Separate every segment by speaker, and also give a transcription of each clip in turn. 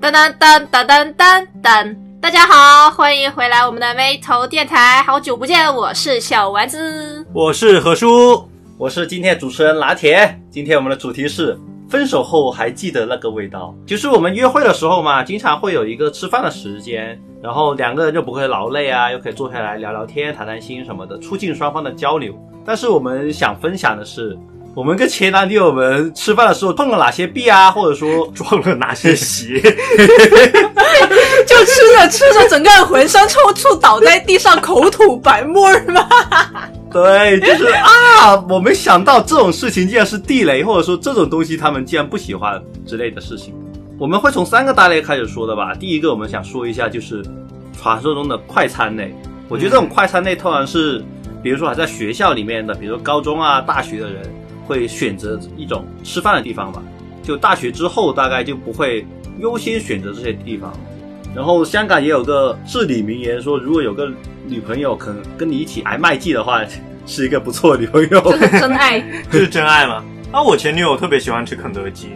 Speaker 1: 噔噔噔噔噔噔噔！大家好，欢迎回来我们的眉头电台，好久不见，我是小丸 子。
Speaker 2: 我是何叔，
Speaker 3: 我是今天的主持人拿铁。今天我们的主题是分手后还记得那个味道。
Speaker 2: 就是我们约会的时候嘛，经常会有一个吃饭的时间，然后两个人就不会劳累啊，又可以坐下来聊聊天、谈谈心什么的，促进双方的交流。但是我们想分享的是，我们跟前男友们吃饭的时候碰了哪些壁啊，或者说撞了哪些 鞋。
Speaker 4: 就吃着吃着，整个人浑身抽搐，倒在地上，口吐白沫是吗？
Speaker 2: 对，就是啊，我没想到这种事情竟然是地雷，或者说这种东西他们竟然不喜欢之类的事情。我们会从三个大类开始说的吧。第一个，我们想说一下就是传说中的快餐类。我觉得这种快餐类通常是，比如说还在学校里面的，比如说高中啊、大学的人会选择一种吃饭的地方吧。就大学之后，大概就不会优先选择这些地方。然后香港也有个至理名言说，如果有个女朋友肯跟你一起挨麦记的话， 是一个不错的女朋友
Speaker 1: 这。是真 爱，
Speaker 5: 这是真爱吗？啊，我前女友特别喜欢吃肯德基，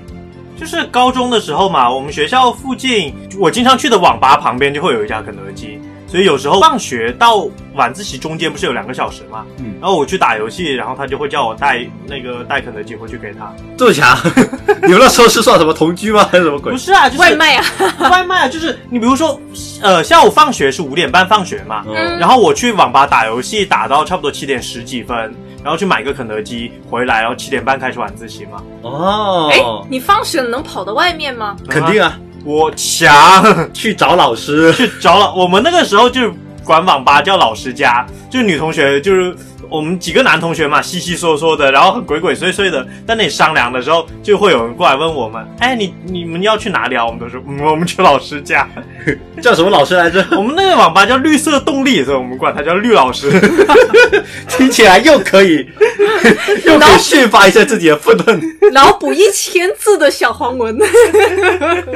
Speaker 5: 就是高中的时候嘛，我们学校附近我经常去的网吧旁边就会有一家肯德基，所以有时候放学到晚自习中间不是有两个小时嘛，
Speaker 2: 嗯
Speaker 5: 然后我去打游戏，然后他就会叫我带那个带肯德基回去给他，
Speaker 2: 这么强， 你们那时候是算什么同居吗？还是什么鬼
Speaker 5: 不？是啊，就是
Speaker 1: 外卖啊，
Speaker 5: 外卖啊，就是你比如说，呃，下午放学是五点半放学嘛，
Speaker 1: 嗯
Speaker 5: 然后我去网吧打游戏，打到差不多七点十几分，然后去买个肯德基回来，然后七点半开始晚自习嘛，
Speaker 1: 哎
Speaker 2: 哦，，
Speaker 1: 你放学能跑到外面 吗？
Speaker 2: 肯定啊，
Speaker 5: 我强。
Speaker 2: 去找老师。
Speaker 5: 去找老，我们那个时候就是管网吧叫老师家，就是女同学就是。我们几个男同学嘛，稀稀嗦嗦的，然后很鬼鬼祟祟的，在那里商量的时候，就会有人过来问我们：“哎，你你们要去哪里啊？”我们都说：“嗯，我们去老师家。
Speaker 2: 叫什么老师来着？
Speaker 5: 我们那个网吧叫绿色动力，所以我们管它叫绿老师。
Speaker 2: 听起来又可以， 又可以炫发一下自己的 愤懑。
Speaker 4: 脑补一千字的小黄 文，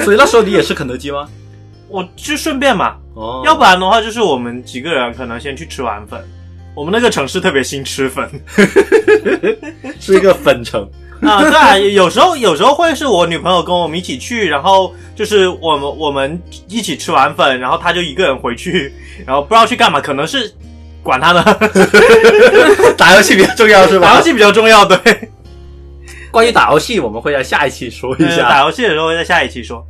Speaker 2: 所以那时候你也是肯德基吗？
Speaker 5: 我就顺便嘛，
Speaker 2: 哦
Speaker 5: 要不然的话，就是我们几个人可能先去吃碗粉。我们那个城市特别兴吃粉，
Speaker 2: 是一个粉 城。
Speaker 5: 啊，对啊，有时候有时候会是我女朋友跟我们一起去，然后就是我们我们一起吃完粉，然后她就一个人回去，然后不知道去干嘛，可能是管她呢，
Speaker 2: 打游戏比较重要是
Speaker 5: 打
Speaker 2: 吧
Speaker 5: 游？戏比较重要，对。
Speaker 2: 关于打游戏，我们会在下一期说一
Speaker 5: 呃
Speaker 2: 下。
Speaker 5: 打游戏的时候会在下一期说，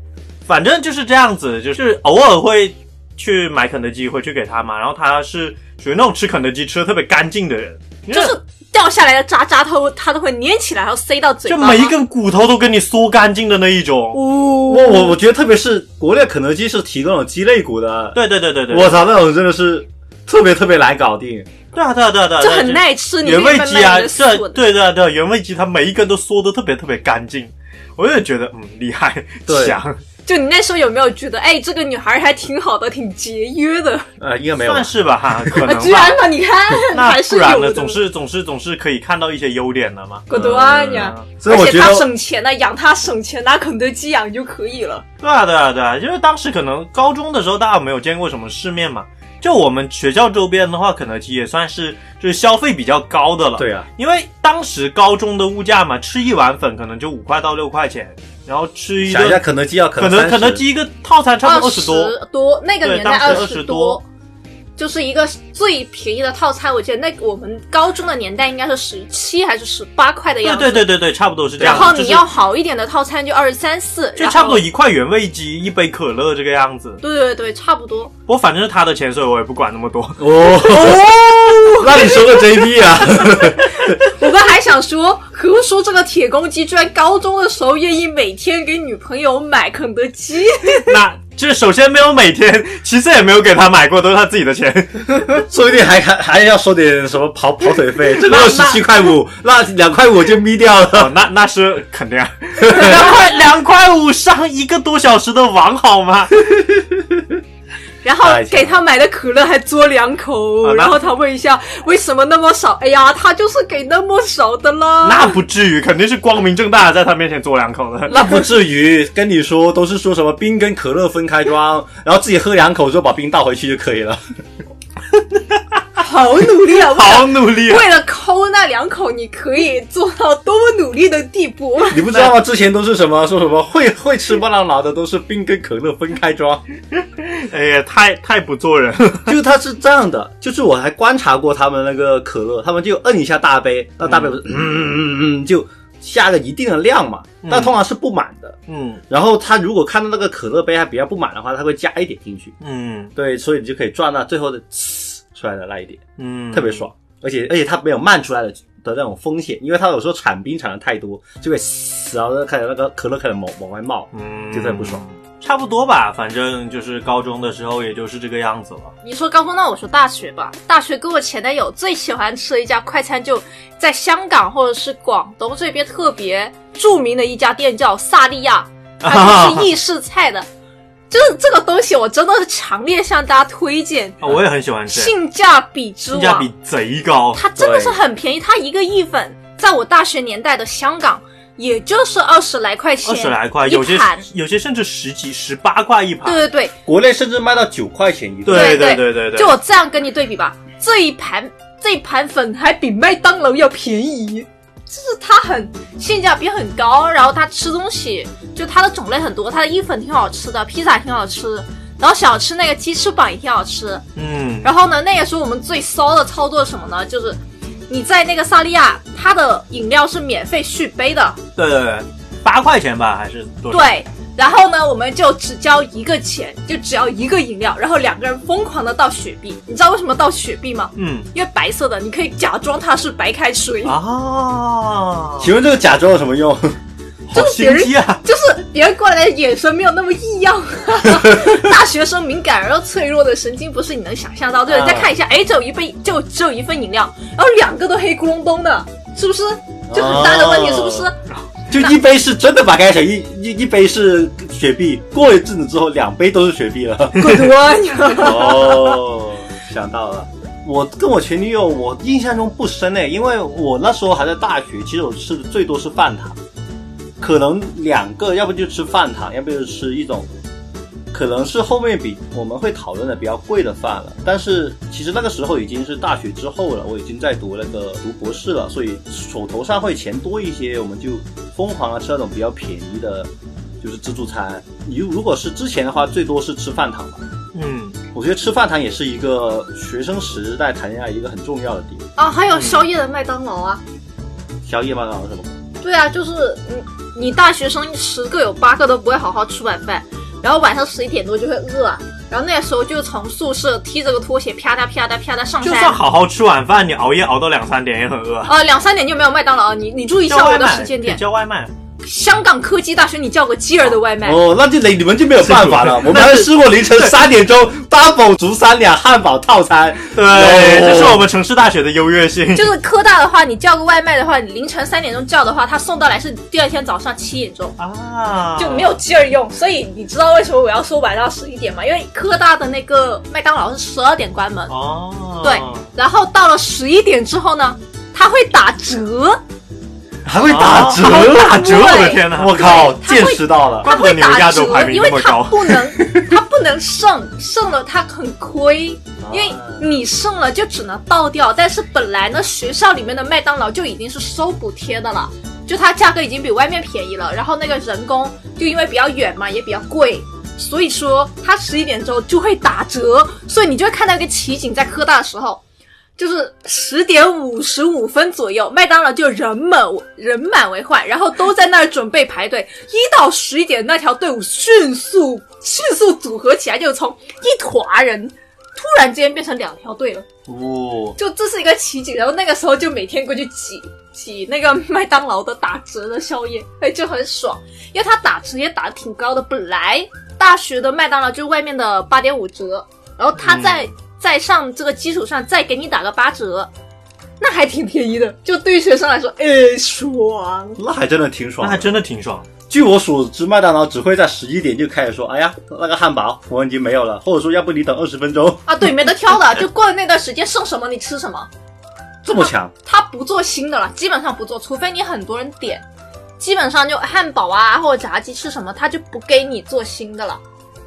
Speaker 5: 反正就是这样子，就是偶尔会去买肯德基回去给她嘛，然后她是属于那种吃肯德基吃的特别干净的人，
Speaker 4: 就是掉下来的渣渣，它都它都会粘起来，然后塞到嘴
Speaker 5: 就
Speaker 4: 巴。
Speaker 5: 每一，根骨头都给你缩干净的那一种。
Speaker 4: 呜、
Speaker 2: 我我我觉得特别是国内肯德基是提供了鸡肋骨的，
Speaker 5: 对对对对对，
Speaker 2: 我操，那种真的是特别特别难搞定。
Speaker 5: 对啊对啊对啊对啊，
Speaker 4: 这
Speaker 5: 对啊
Speaker 4: 很耐吃，你
Speaker 5: 原
Speaker 4: 可以
Speaker 5: 味
Speaker 4: 慢
Speaker 5: 鸡啊
Speaker 4: 慢，的
Speaker 5: 这
Speaker 4: 吮。
Speaker 5: 对对啊对啊，原味鸡它每一根都缩的特别特别干净，我也觉得嗯厉害
Speaker 2: 对
Speaker 5: 强，
Speaker 4: 就你那时候有没有觉得，哎，这个女孩还挺好的，挺节约的？
Speaker 2: 呃，应该没有吧
Speaker 5: 算。是吧哈，可
Speaker 4: 啊，
Speaker 5: 能
Speaker 4: 居
Speaker 5: 吧
Speaker 4: 然。嘛，你看
Speaker 5: 那
Speaker 4: 还
Speaker 5: 不
Speaker 4: 是
Speaker 5: 然
Speaker 4: 有
Speaker 5: 呢？
Speaker 4: 的。
Speaker 5: 总是总是总是可以看到一些优点的嘛。
Speaker 4: 果断呀。
Speaker 5: 嗯
Speaker 2: 所以我
Speaker 4: 而且
Speaker 2: 觉
Speaker 4: 他
Speaker 2: 得
Speaker 4: 省钱呢，养他省钱，拿肯德基养就可以了。
Speaker 5: 对啊对啊对啊，就是当时可能高中的时候大家没有见过什么世面嘛。就我们学校周边的话，肯德基也算是就是消费比较高的了。
Speaker 2: 对啊，
Speaker 5: 因为当时高中的物价嘛，吃一碗粉可能就五块到六块钱，然后吃一
Speaker 2: 想一下
Speaker 5: 顿
Speaker 2: 肯德基要可
Speaker 5: 可能
Speaker 2: 能
Speaker 5: 肯德基一个套餐差不多二十多，
Speaker 1: 多，那个
Speaker 5: 对
Speaker 1: 年代
Speaker 5: 当时
Speaker 1: 十
Speaker 5: 20多，
Speaker 1: 就是一个最便宜的套餐。我记得那个我们高中的年代应该是十七还是十八块的样
Speaker 5: 对
Speaker 1: 子。
Speaker 5: 对对对对，差不多是这样
Speaker 1: 然
Speaker 5: 的。
Speaker 1: 后
Speaker 5: 就
Speaker 1: 你
Speaker 5: 是
Speaker 1: 要好一点的套餐就二十三四，
Speaker 5: 就
Speaker 1: 然后
Speaker 5: 差不多一块原味鸡，一杯可乐这个样子。
Speaker 1: 对对对，差不多。
Speaker 5: 不过反正是他的钱，所以我也不管那么 多。
Speaker 2: 哦， 那你说个 JD 啊？
Speaker 4: 我们还想说，何叔这个铁公鸡居然高中的时候愿意每天给女朋友买肯德基，
Speaker 5: 那这首先没有每天，其次也没有给他买过，都是他自己的 钱。
Speaker 2: 说不定还还还要收点什么跑跑腿费， 这个十七块五，那两块五就眯掉 了。
Speaker 5: 哦，那那是肯定啊，两 块两块五上一个多小时的网好吗？
Speaker 4: 然后
Speaker 2: 哎呀
Speaker 4: 给他买的可乐还嘬两口，
Speaker 5: 啊那
Speaker 4: 然后他问一下为什么那么少？哎呀，他就是给那么少的啦。
Speaker 5: 那不至于，肯定是光明正大的在他面前嘬两 口的。
Speaker 2: 那不至于，跟你说都是说什么冰跟可 乐分开装，然后自己喝两口之后把冰倒回去就可以了。
Speaker 4: 好努力 啊，为了
Speaker 5: 好努力啊！
Speaker 4: 为了抠那两口，你可以做到多么努力的地步？
Speaker 2: 你不知道吗？之前都是 什么说什么会会吃麦当劳的都是冰跟可乐分开 装，
Speaker 5: 哎呀，太太不做 人了。
Speaker 2: 就是它是这样的，就是我还观察过他们那个可乐，他们就摁一下大杯，那大杯不是嗯嗯嗯嗯嗯就下个一定的量嘛，但通常是不满的。
Speaker 5: 嗯
Speaker 2: 然后他如果看到那个可乐杯还比较不满的话，他会加一点进去，
Speaker 5: 嗯
Speaker 2: 对，所以你就可以赚到最后的呲出来的那一点，
Speaker 5: 嗯，
Speaker 2: 特别爽，而且而且它没有漫出来的的那种风险，因为它有时候产冰产的太多，就会呲，然后开始那个可乐开始往往外冒，
Speaker 5: 嗯，
Speaker 2: 就特别不爽。
Speaker 5: 差不多吧，反正就是高中的时候，也就是这个样子了。
Speaker 1: 你说高中，那我说大学吧。大学跟我前男友最喜欢吃的一家快餐，就在香港或者是广东这边特别著名的一家店，叫萨 莉亚，它就是意式菜的。就是这个东西，我真的强烈向大家推荐，
Speaker 5: 啊我也很喜欢吃，
Speaker 1: 性价比之
Speaker 5: 性价
Speaker 1: 王
Speaker 5: 比。贼高。
Speaker 1: 它真的是很便宜，它一个意粉在我大学年代的香港也就是二十来块钱，
Speaker 5: 二十来块，
Speaker 1: 一
Speaker 5: 有些啊
Speaker 1: 盘。
Speaker 5: 有些甚至十几、十八块一盘。
Speaker 1: 对对对，
Speaker 2: 国内甚至卖到九块钱一个，
Speaker 5: 对
Speaker 1: 对
Speaker 5: 对对对，
Speaker 1: 就我这样跟你对比吧，
Speaker 4: 这一盘这一盘粉还比麦当劳要便宜，
Speaker 1: 就是它很性价比很高，然后它吃东西就它的种类很多，它的意粉挺好吃的，披萨挺好吃，然后小吃那个鸡翅膀也挺好吃。
Speaker 5: 嗯
Speaker 1: 然后呢，那个时候我们最骚的操作是什么呢？就是你在那个萨莉亚，它的饮料是免费续杯的，
Speaker 5: 对对对，八块钱吧，还是多少？
Speaker 1: 对。
Speaker 4: 然后呢，我们就只交一个钱，就只要一个饮料，然后两个人疯狂的倒雪碧。你知道为什么倒雪碧吗？
Speaker 5: 嗯
Speaker 4: 因为白色的，你可以假装它是白开水，
Speaker 1: 嗯
Speaker 5: 啊，
Speaker 2: 请问这个假装有什么用？
Speaker 5: 好心机啊！
Speaker 4: 就是别人过来的眼神没有那么异 样。
Speaker 1: 大学生敏感而又脆弱的神经不是你能想象到的。
Speaker 5: 啊
Speaker 1: 人家看一下，哎，只有一杯，就只有一份饮料，然后两个都黑咕隆咚的，是不是？就很大的问题，
Speaker 2: 哦
Speaker 1: 是不是？
Speaker 2: 就一杯是真的白开水，一一一杯是雪碧。过一阵子之后，两杯都是雪碧了。
Speaker 4: 滚 啊！
Speaker 2: 哦，想到了。我跟我前女友，我印象中不深诶，因为我那时候还在大学，其实我吃的最多是饭堂，可能两个，要不就吃饭堂，要不就吃一种，可能是后面比我们会讨论的比较贵的饭了。但是其实那个时候已经是大学之后了，我已经在读那个读博士了，所以手头上会钱多一些，我们就疯狂的吃那种比较便宜的，就是自助餐。你如果是之前的话，最多是吃饭堂吧。
Speaker 5: 嗯，
Speaker 2: 我觉得吃饭堂也是一个学生时代谈恋爱一个很重要的点。
Speaker 1: 啊，还有宵夜的麦当劳啊。
Speaker 2: 宵夜麦当劳是吗？
Speaker 1: 对啊，就是嗯，你大学生十个有八个都不会好好吃晚饭，然后晚上十一点多就会饿啊，然后那时候就从宿舍踢着个拖鞋啪嗒啪嗒啪嗒上
Speaker 5: 就算
Speaker 1: 山。
Speaker 5: 好好吃晚饭，你熬夜熬到两三点也很饿。
Speaker 1: 呃，两三点就没有麦当劳，啊你你注意一
Speaker 5: 叫
Speaker 1: 下我
Speaker 5: 外
Speaker 1: 的
Speaker 5: 卖
Speaker 1: 时间点。
Speaker 5: 叫外卖。
Speaker 1: 香港科技大学，你叫个鸡儿的外卖，
Speaker 2: 哦，那就你你们就没有办法了。
Speaker 5: 是
Speaker 2: 我们还试过凌晨三点钟 double 足三两汉堡套餐，
Speaker 5: 对，这是我们城市大学的优越性。
Speaker 1: 就是科大的话，你叫个外卖的话，你凌晨三点钟叫的话，他送到来是第二天早上七点钟，
Speaker 5: 啊，
Speaker 1: 就没有鸡儿用。所以你知道为什么我要说晚上十一点吗？因为科大的那个麦当劳是十二点关门，
Speaker 5: 哦，
Speaker 1: 对，然后到了十一点之后呢，它会打折，
Speaker 2: 还会打折，
Speaker 5: 啊打折，
Speaker 1: 对
Speaker 5: 我的天哪！
Speaker 2: 我
Speaker 1: 它
Speaker 2: 靠，
Speaker 1: 会
Speaker 2: 见识哦到了。
Speaker 5: 怪
Speaker 1: 它
Speaker 5: 不得
Speaker 1: 会
Speaker 5: 你们
Speaker 1: 打
Speaker 5: 亚洲
Speaker 1: 折
Speaker 5: 排，名
Speaker 1: 因
Speaker 5: 那
Speaker 1: 为
Speaker 5: 么
Speaker 1: 它
Speaker 5: 高
Speaker 1: 不能，它不能剩，剩了它很亏，
Speaker 2: 哦
Speaker 1: 因为你剩了就只能倒掉。但是本来呢，学校里面的麦当劳就已经是收补贴的了，就它价格已经比外面便宜了，然后那个人工就因为比较远嘛，也比较贵。所以说，它十一点之后就会打折，所以你就会看到一个奇景，在科大的时候，就是十点五十五分左右，麦当劳就人满人满为患，然后都在那儿准备排队。一到十一点，那条队伍迅速迅速组合起来，就从一坨人突然之间变成两条队了。
Speaker 2: 哦，
Speaker 1: 就这是一个奇景，然后那个时候就每天过去挤挤那个麦当劳的打折的宵夜，哎，就很爽，因为它打折也打的挺高的。本来大学的麦当劳就外面的八点五折，然后它在、在上这个基础上再给你打个八折，那还挺便宜的。就对于学生来说，哎，爽。
Speaker 2: 那还真的挺爽
Speaker 5: 那还
Speaker 2: 的。
Speaker 5: 真的挺爽。
Speaker 2: 据我所知，麦当劳只会在十一点就开始说：“哎呀，那个汉堡我已经没有了，或者说要不你等二十分钟。
Speaker 1: 啊，对，没得挑 的，就过了那段时间剩什么你吃什么。”
Speaker 2: 这么强，
Speaker 1: 他不做新的了，基本上不做，除非你很多人点，基本上就汉堡啊或者炸鸡翅什么，他就不给你做新的了。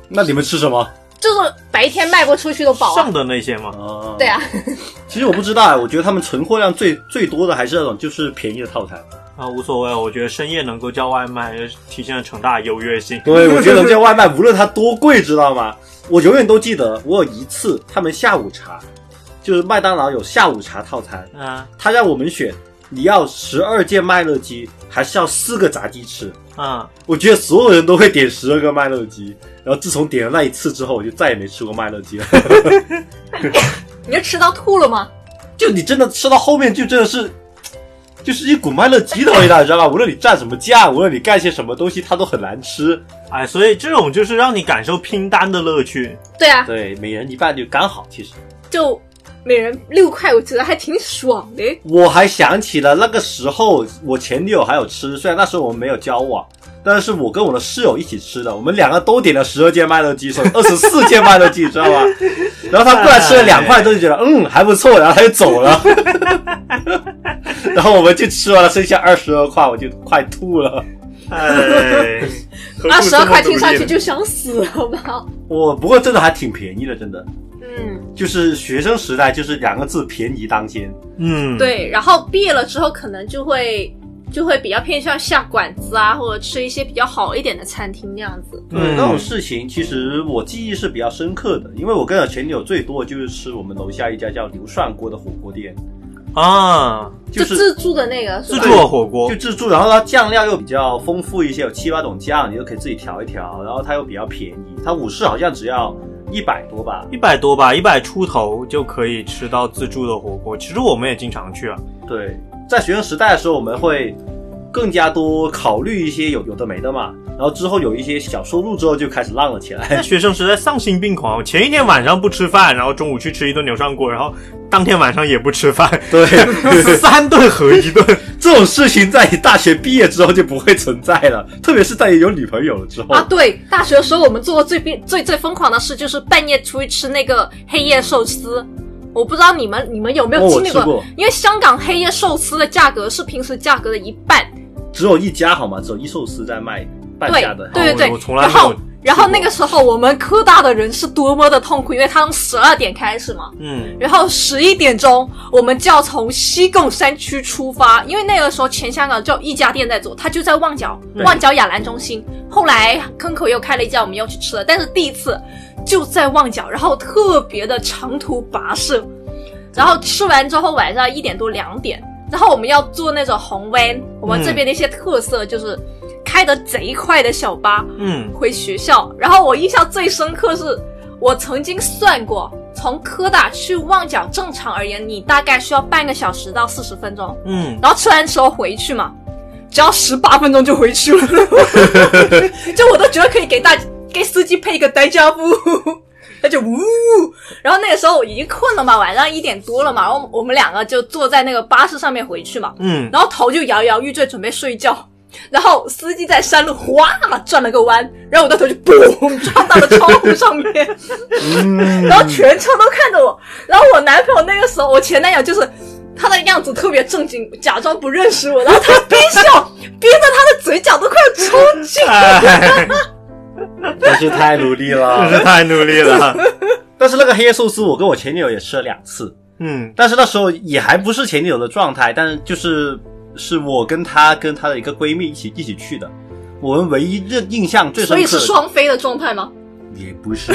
Speaker 2: 那你们吃什么？
Speaker 1: 就是白天卖不出去的宝啊。
Speaker 5: 上的那些嘛，
Speaker 2: 哦，
Speaker 1: 对，啊，
Speaker 2: 其实我不知道，我觉得他们存货量最最多的还是那种就是便宜的套餐。
Speaker 5: 啊无所谓，我觉得深夜能够叫外卖，体现了成大的优越性。
Speaker 2: 对，我觉得这外卖无论它多贵，知道吗？我永远都记得，我有一次他们下午茶，就是麦当劳有下午茶套餐，
Speaker 5: 啊
Speaker 2: 他让我们选，你要十二件麦乐鸡，还是要四个炸鸡翅？
Speaker 5: 啊，
Speaker 2: 我觉得所有人都会点十二个麦乐鸡。然后自从点了那一次之后，我就再也没吃过麦乐鸡了。
Speaker 1: 你就吃到吐了吗？
Speaker 2: 就你真的吃到后面，就真的是，就是一股麦乐鸡的味道，你知道吧？无论你蘸什么酱，无论你干些什么东西，它都很难吃。
Speaker 5: 哎，所以这种就是让你感受拼单的乐趣。
Speaker 1: 对啊，
Speaker 2: 对，每人一半就刚好。其实
Speaker 1: 就每人六块，我觉得还挺爽的。
Speaker 2: 我还想起了那个时候，我前女友还有吃，虽然那时候我们没有交往。但是我跟我的室友一起吃的，我们两个都点了十二件麦乐 鸡，所以二十四件麦乐鸡，你知道吧？然后他过来吃了两块，都就觉得嗯还不错，然后他就走了。 然后我们就吃完了剩下二十二块，我就快吐了。
Speaker 5: 哎，
Speaker 1: 二啊十二块听上去就想死，好不好？
Speaker 2: 我不过真的还挺便宜的，真的。
Speaker 1: 嗯，
Speaker 2: 就是学生时代，就是两个字便宜当先。
Speaker 5: 嗯，，
Speaker 1: 对。然后毕业了之后，可能就会就会比较偏向下馆子啊，或者吃一些比较好一点的餐厅那样子。
Speaker 2: 对、那种事情，其实我记忆是比较深刻的，因为我跟我前女友最多就是吃我们楼下一家叫牛涮锅的火锅店，
Speaker 5: 啊，
Speaker 1: 就
Speaker 2: 就是
Speaker 1: 自助的那个是
Speaker 5: 自
Speaker 1: 吧？
Speaker 5: 助火锅
Speaker 2: 就，自助，然后它酱料又比较丰富一些，有七八种酱，你就可以自己调一调，然后它又比较便宜，它五十好像只要一百多吧。
Speaker 5: 一百多吧，一百出头就可以吃到自助的火锅。其实我们也经常去啊。
Speaker 2: 对，在学生时代的时候，我们会更加多考虑一些有有的没的嘛，然后之后有一些小收入之后就开始浪了起来。
Speaker 5: 那哎学生时代丧心病狂，前一天晚上不吃饭，然后中午去吃一顿牛涮锅，然后当天晚上也不 吃饭，
Speaker 2: 对，
Speaker 5: 三顿合一顿。
Speaker 2: 这种事情在你大学毕业之后就不会存在了， 特别是在你有女朋友了之后。
Speaker 1: 啊，对，大学的时候我们做过最变最最疯狂的事，就是半夜出去吃那个黑夜寿司。我不知道你们你们有没有
Speaker 2: 哦我
Speaker 1: 经历
Speaker 2: 吃过
Speaker 1: 因为香港黑夜寿司的价格是平时价格的一半。
Speaker 2: 只有一家好吗？只有一寿司在卖半
Speaker 1: 对
Speaker 2: 价的。哦
Speaker 1: 对对
Speaker 5: 我我
Speaker 1: 对，
Speaker 5: 从来
Speaker 1: 然
Speaker 5: 没有
Speaker 1: 后
Speaker 5: 吃
Speaker 1: 然后那个时候我们科大的人是多么的痛苦，因为他从十二点开始嘛，
Speaker 5: 嗯，
Speaker 1: 然后十一点钟我们就要从西贡山区出发，因为那个时候全香港只有一家店在做，它就在旺角
Speaker 2: 对
Speaker 1: 旺角雅兰中心。后来坑口又开了一家，我们又去吃了，但是第一次就在旺角，然后特别的长途跋涉，然后吃完之后晚上一点多两点，然后我们要坐那种红 van，我们这边的一些特色就是开得贼快的小巴，
Speaker 5: 嗯，
Speaker 1: 回学校，然后我印象最深刻是，我曾经算过，从科大去旺角，正常而言，你大概需要半个小时到四十分钟，
Speaker 5: 嗯，
Speaker 1: 然后吃完之后回去嘛，只要十八分钟就回去了，就我都觉得可以给大给司机配一个代驾布。他就呜，然后那个时候我已经困了嘛，晚上一点多了嘛，然后我们两个就坐在那个巴士上面回去嘛，
Speaker 5: 嗯，
Speaker 1: 然后头就摇摇欲坠，准备睡觉。然后司机在山路哗转了个弯，然后我的头就嘣 撞到了窗户上面，
Speaker 2: 嗯
Speaker 1: 然后全车都看着我。然后我男朋友那个时候，我前男友就是他的样子特别正经，假装不认识我，然后他边笑 边着他的嘴角都快要抽 筋。
Speaker 5: 哎，
Speaker 2: 真是太努力
Speaker 5: 真
Speaker 2: 了。
Speaker 5: 是太努力 了。
Speaker 2: 但是那个黑夜寿司，我跟我前女友也吃了两次，
Speaker 5: 嗯
Speaker 2: 但是那时候也还不是前女友的状态，但是就是是我跟她跟她的一个闺蜜一起一起去的。我们唯一印印象最
Speaker 1: 所
Speaker 2: 深刻的
Speaker 1: 以是双飞的状态吗？
Speaker 2: 也不是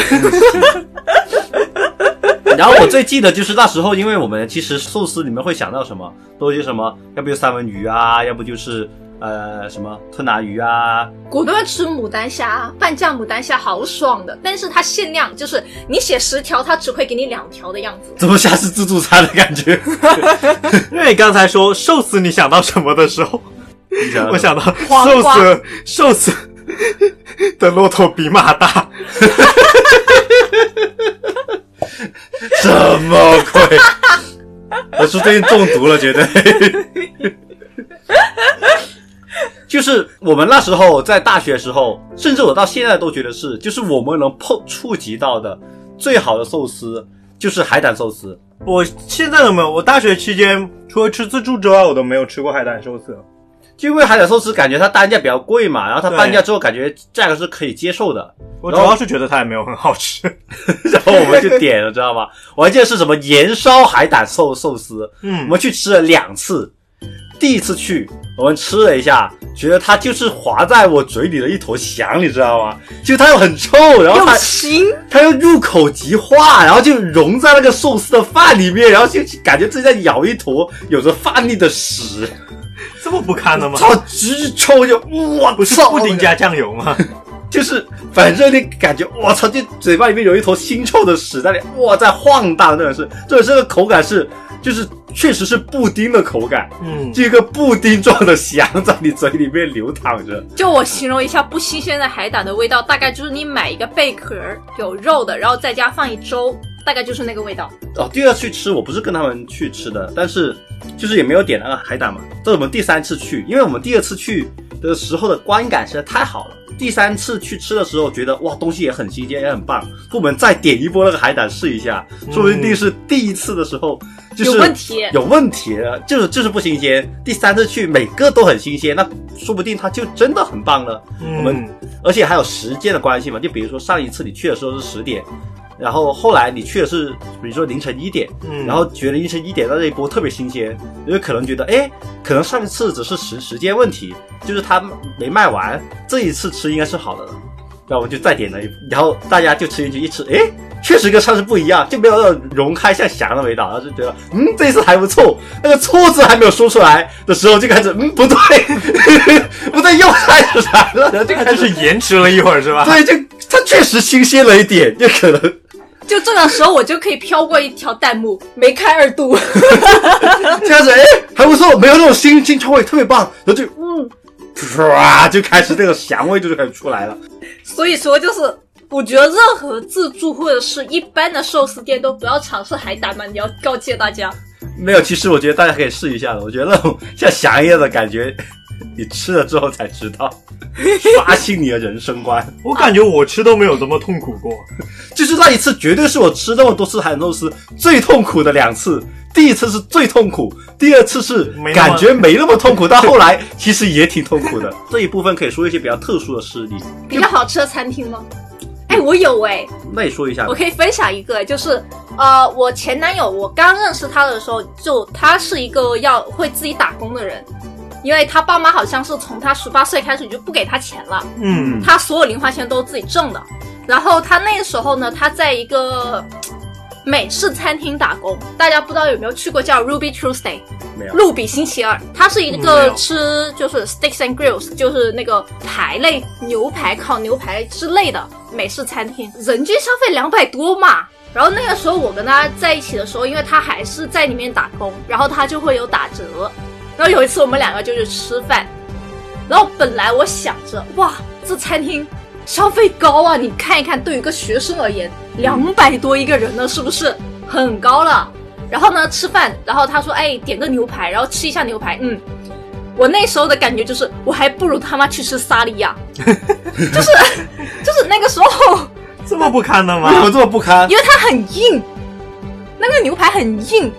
Speaker 2: 然后我最记得就是那时候，因为我们其实寿司里面会想到什么，都是什么，要不就三文鱼啊， 要不就是呃什么吞拿鱼啊，
Speaker 1: 果断吃牡丹虾，半价牡丹虾好爽的，但是它限量，就是你写十条，它只会给你两条的样子。
Speaker 2: 怎么像是自助餐的感觉？
Speaker 5: 因为刚才说寿司，你想到什么的时候，我想到
Speaker 1: 黄
Speaker 5: 寿
Speaker 1: 瓜
Speaker 5: 司，寿司的骆驼比马大。
Speaker 2: 什么鬼？我是最近中毒了，绝对。就是我们那时候在大学时候，甚至我到现在都觉得是，就是我们能碰触及到的最好的寿司，就是海胆寿司。
Speaker 5: 我现在都没有，我大学期间除了吃自助之外，我都没有吃过海胆寿司。
Speaker 2: 就因为海胆寿司感觉它单价比较贵嘛，然后它半价之后感觉价格是可以接受的，
Speaker 5: 我主要是觉得它也没有很好吃。
Speaker 2: 然后我们就点了，知道吗？我还记得是什么盐烧海胆寿寿司， 我
Speaker 5: 嗯，
Speaker 2: 们去吃了两次。第一次去，我们吃了一下，觉得它就是滑在我嘴里的一坨翔，你知道吗？就它又很臭，然后
Speaker 4: 又
Speaker 2: 它
Speaker 4: 行，
Speaker 2: 它又入口即化，然后就融在那个寿司的饭里面，然后就感觉自己在咬一坨有着饭粒的屎，
Speaker 5: 这 么不堪的吗？
Speaker 2: 超巨臭就我
Speaker 5: 不是
Speaker 2: 操！
Speaker 5: 布丁加酱油 吗？
Speaker 2: 就是反正你感觉，我操，就嘴巴里面有一坨腥臭的屎在里，哇，在晃荡，真的是，这这个口感是，就是确实是布丁的口感，
Speaker 5: 嗯，
Speaker 2: 就一个布丁状的翔在你嘴里面流淌着，
Speaker 1: 就我形容一下不新鲜的海胆的味道，大概就是你买一个贝壳儿有肉的，然后在家放一周，大概就是那个味道。
Speaker 2: 哦，第二次去吃我不是跟他们去吃的，但是就是也没有点那个海胆嘛。这是我们第三次去，因为我们第二次去的时候的观感实在太好了。第三次去吃的时候，觉得哇，东西也很新鲜，也很棒。我们再点一波那个海胆试一下，说不定是第一次的时候就是
Speaker 1: 有问题
Speaker 2: 有问题了，就是就是不新鲜。第三次去每个都很新鲜，那说不定它就真的很棒了。
Speaker 5: 嗯
Speaker 2: 我们而且还有时间的关系嘛，就比如说上一次你去的时候是十点，然后后来你去的是比如说凌晨一点，
Speaker 5: 嗯
Speaker 2: 然后觉得凌晨一点的那一波特别新鲜，因为可能觉得哎，可能上一次只是时时间问题，就是他没卖完，这一次吃应该是好的了。然后我们就再点了一，然后大家就吃进去一吃，哎，确实跟上次不一样，就没有那种融开像翔的味道，然后就觉得，嗯，这一次还不错。那个错字还没有说出来的时候，就开始，嗯，不对， 不对，又开始来了，然后就
Speaker 5: 它
Speaker 2: 开
Speaker 5: 就
Speaker 2: 始
Speaker 5: 是延迟了一会儿是吧？
Speaker 2: 对，就它确实新鲜了一点，就 可能
Speaker 1: 就这个时候，我就可以飘过一条弹幕，梅开二度。
Speaker 2: 这样子，哎，还不错，没有那种腥腥臭味，特别棒。然后就，嗯，唰，就开始那个香味就开始出来了。
Speaker 1: 所以说，就是我觉得任何自助或者是一般的寿司店都不要尝试海胆嘛，你要告诫大家。
Speaker 2: 没有，其实我觉得大家可以试一下的，我觉得那种像翔一样的感觉，你吃了之后才知 道，刷新你的人生观。
Speaker 5: 我感觉我吃都没有这么痛苦过。
Speaker 2: 就是那一次，绝对是我吃那么多次海胆寿司最痛苦的两次。第一次是最痛苦，第二次是
Speaker 5: 没那么
Speaker 2: 感觉没那么痛苦，但后来其实也挺痛苦的。这一部分可以说一些比较特殊的事例，
Speaker 1: 比较好吃的餐厅吗？哎，我有哎、
Speaker 2: 那你说一下吧
Speaker 1: 我。可以分享一个，就是呃，我前男友，我刚认识他的时候，就他是一个要会自己打工的人，因为他爸妈好像是从他十八岁开始就不给他钱了，
Speaker 5: 嗯
Speaker 1: 他所有零花钱都是自己挣的。然后他那时候呢，他在一个呃美式餐厅打工，大家不知道有没有去过叫 Ruby Tuesday，
Speaker 2: 没有
Speaker 1: 露比星期二，它是一
Speaker 5: 没
Speaker 1: 个
Speaker 5: 有
Speaker 1: 吃就是 steaks and grills，就是那个排类牛排、烤牛排之类的美式餐厅，人均消费两百多嘛。然后那个时候我跟他在一起的时候，因为他还是在里面打工，然后他就会有打折。然后有一次我们两个就去吃饭，然后本来我想着哇，这餐厅消费高啊，你看一看，对于一个学生而言，两百多一个人呢，是不是很高了？然后呢，吃饭，然后他说，哎，点个牛排，然后吃一下牛排，嗯。我那时候的感觉就是，我还不如他妈去吃沙莉亚，就是就是那个时候，
Speaker 5: 这么不堪的
Speaker 2: 为什
Speaker 5: 吗？
Speaker 2: 么这么不堪？
Speaker 1: 因为它很硬，那个牛排很硬。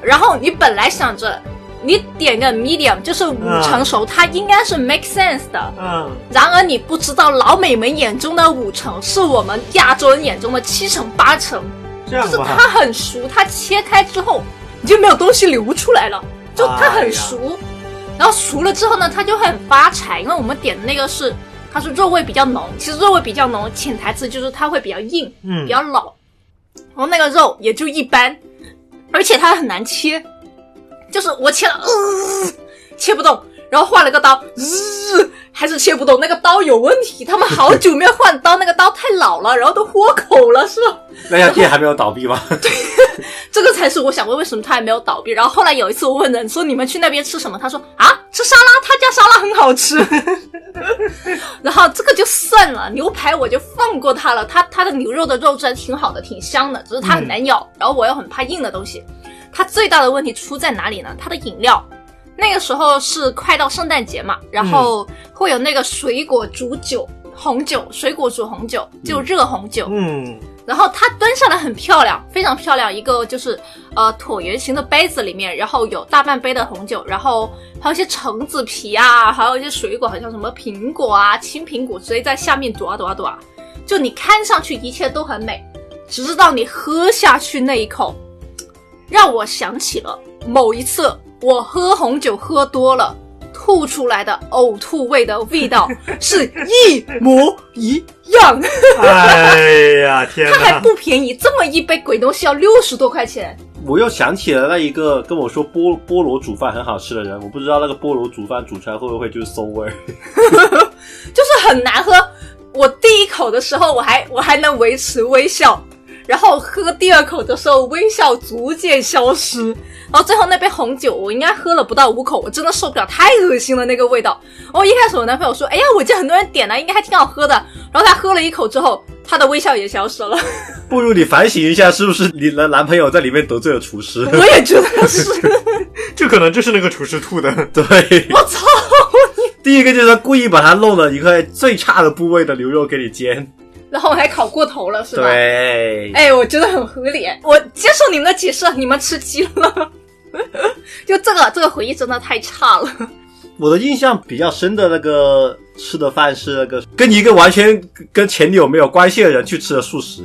Speaker 1: 然后你本来想着你点个 medium，就是五成熟，它应该是 make sense 的。
Speaker 2: 啊
Speaker 5: 嗯，
Speaker 1: 然而你不知道，老美们眼中的五成是我们亚洲人眼中的七成八成，
Speaker 5: 这
Speaker 1: 就
Speaker 5: 样
Speaker 1: 是
Speaker 5: 吧。
Speaker 1: 它很熟，它切开之后你就没有东西流出来了，就它
Speaker 5: 哎
Speaker 1: 很
Speaker 5: 呀
Speaker 1: 熟。然后熟了之后呢，它就会很发柴，因为我们点的那个是它是肉味比较浓，其实肉味比较浓，潜台词就是它会比较硬，
Speaker 5: 嗯
Speaker 1: 比较老，然后那个肉也就一般，而且它很难切，就是我切了，呃切不动，然后换了个刀，呃还是切不动，那个刀有问题，他们好久没有换刀，那个刀太老了，然后都豁口了，是吧？
Speaker 2: 那家店还没有倒闭吗？
Speaker 1: 这个才是我想问为什么他还没有倒闭。然后后来有一次我问人说你们去那边吃什么，他说啊吃沙拉，他家沙拉很好吃。 然后这个就算了，牛排我就放过他了，他他的牛肉的肉质还挺好的，挺香的，只是它很难咬，然后我又很怕硬的东西。它最大的问题出在哪里呢？它的饮料。那个时候是快到圣诞节嘛，然后会有那个水果煮酒、红酒，水果煮红酒，就热红酒。
Speaker 5: 嗯，
Speaker 1: 然后它端上来很漂亮，非常漂亮，一个就是呃椭圆形的杯子里面，然后有大半杯的红酒，然后还有一些橙子皮啊，还有一些水果，好像什么苹果啊、青苹果之类在下面朵啊朵啊朵啊，就你看上去一切都很美，直到你喝下去那一口，让我想起了某一次我喝红酒喝多了。吐出来的呕吐味的味道是 一模一样，
Speaker 5: 哎呀，天
Speaker 1: 它还
Speaker 5: 哪！
Speaker 1: 不便宜，这么一杯鬼东西要六十多块钱。
Speaker 2: 我又想起了那一个跟我说菠菠萝煮饭很好吃的人，我不知道那个菠萝煮饭煮出来会不会就是馊味儿。
Speaker 1: 就是很难喝。我第一口的时候，我还我还能维持微笑，然后喝第二口的时候，微笑逐渐消失，然后最后那杯红酒，我应该喝了不到五口，我真的受不了，太恶心了那个味道。然后一开始我男朋友说：“哎呀，我见很多人点了，应该还挺好喝的。”然后他喝了一口之后，他的微笑也消失了。
Speaker 2: 不如你反省一下，是不是你的男朋友在里面得罪了 厨师？
Speaker 1: 我也觉得是，
Speaker 5: 就可能就是那个厨师吐的。
Speaker 2: 对，
Speaker 1: 我操！
Speaker 2: 第一个就是他故意把它弄了一块最差的部位的牛肉给你煎。
Speaker 1: 然后还烤过头了，是吧？
Speaker 2: 对，
Speaker 1: 哎，我觉得很合理，我接受你们的解释，你们吃鸡了。 就这个这个回忆真的太差了，
Speaker 2: 我的印象比较深的那个吃的饭是那个跟一个完全跟前女友没有关系的人去吃的素食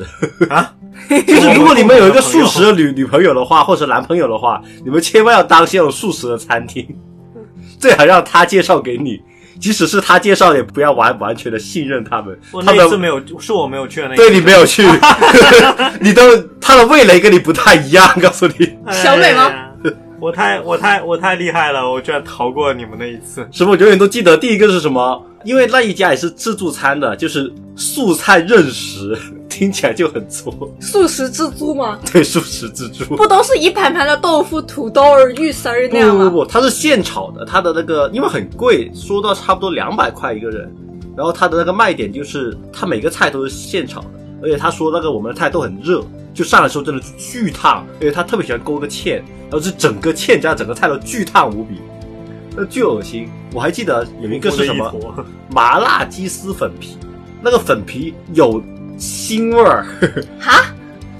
Speaker 5: 啊。
Speaker 2: 就是如果你们有一个素食的女女朋友的话，或者男朋友的话，你们千万要当心有素食的餐厅， 最好让他介绍给你。即使是他介绍，也不要完完全的信任他们。
Speaker 5: 我
Speaker 2: 他
Speaker 5: 那
Speaker 2: 们
Speaker 5: 一次没有，是我没有去的那一次。
Speaker 2: 对你没有 去， 你都他的味蕾跟你不太一样，告诉你。
Speaker 5: 哎呀
Speaker 1: 小美吗？
Speaker 5: 我太我太我太厉害了，我居然逃过你们那一次。
Speaker 2: 什么我永远都记得。第一个是什么？因为那一家也是自助餐的，就是素菜认食，听起来就很粗。
Speaker 1: 素食自助吗？
Speaker 2: 对，素食自助。
Speaker 1: 不都是一盘盘的豆腐、土豆儿、玉丝儿那样
Speaker 2: 不不
Speaker 1: 吗？
Speaker 2: 不，它是现炒的，它的那个因为很贵，说到差不多两百块一个人。然后它的那个卖点就是它每个菜都是现炒的，而且他说那个我们的菜都很热，就上来的时候真的巨烫，而且他特别喜欢勾个芡，然后是整个芡加整个菜都巨烫无比，那巨恶心。我还记得有一个是什么
Speaker 5: 我的一坨？
Speaker 2: 麻辣鸡丝粉皮，那个粉皮有腥味儿，
Speaker 1: 哈，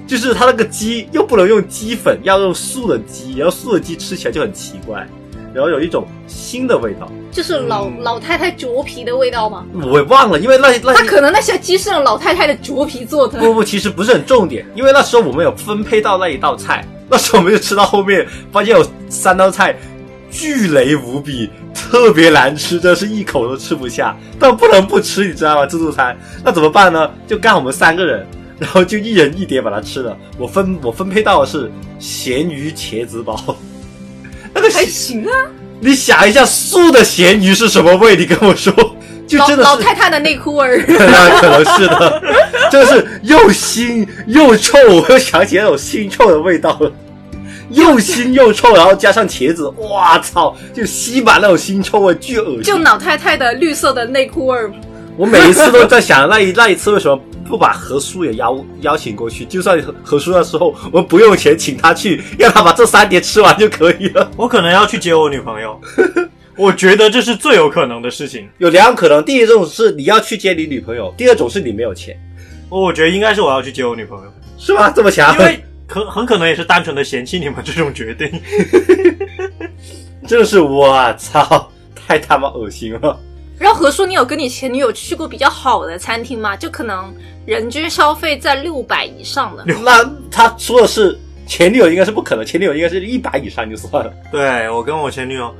Speaker 2: 就是它那个鸡又不能用鸡粉，要用素的鸡，然后素的鸡吃起来就很奇怪，然后有一种腥的味道，
Speaker 1: 就是老、
Speaker 5: 嗯
Speaker 1: 老太太脚皮的味道吗？
Speaker 2: 我也忘了，因为那那
Speaker 1: 那可能那些鸡是用老太太的脚皮做的。
Speaker 2: 不不，其实不是很重点，因为那时候我们有分配到那一道菜，那时候我们就吃到后面，发现有三道菜巨雷无比，特别难吃，真是一口都吃不下，但不能不吃，你知道吗？自助餐那怎么办呢？就干我们三个人，然后就一人一碟把它吃了。我分我分配到的是咸鱼茄子煲， 那个
Speaker 1: 还
Speaker 2: 咸
Speaker 1: 行啊，
Speaker 2: 你想一下素的咸鱼是什么味？你跟我说，就
Speaker 1: 老
Speaker 2: 真的
Speaker 1: 老
Speaker 2: 是。
Speaker 1: 太太的内裤味儿，
Speaker 2: 那可能是的， 就是又腥又臭，我又想起那种腥臭的味道了，又腥又臭，然后加上茄子，哇操，就吸满那种腥臭味，巨恶
Speaker 1: 就
Speaker 2: 心。
Speaker 1: 老太太的绿色的内裤味儿。
Speaker 2: 我每一次都在想，那一 那一次为什么不把何叔也邀邀请过去？就算何何叔那时候我们不用钱请他去，让他把这三碟吃完就可以了。
Speaker 5: 我可能要去接我女朋友，我觉得这是最有可能的事情。
Speaker 2: 有两种可能，第一种是你要去接你女朋友，第二种是你没有钱，
Speaker 5: 我觉得应该是我要去接我女朋友，
Speaker 2: 是吧？这么强，
Speaker 5: 因为可很可能也是单纯的嫌弃你们这种决定。
Speaker 2: 真的是我操，太他妈恶心了。
Speaker 1: 然后何叔，你有跟你前女友去过比较好的餐厅吗？就可能人均消费在六百以上的。
Speaker 2: 那他说的是前女友应该是不可能，前女友应该是一百以上就算了。
Speaker 5: 对我跟我前女友，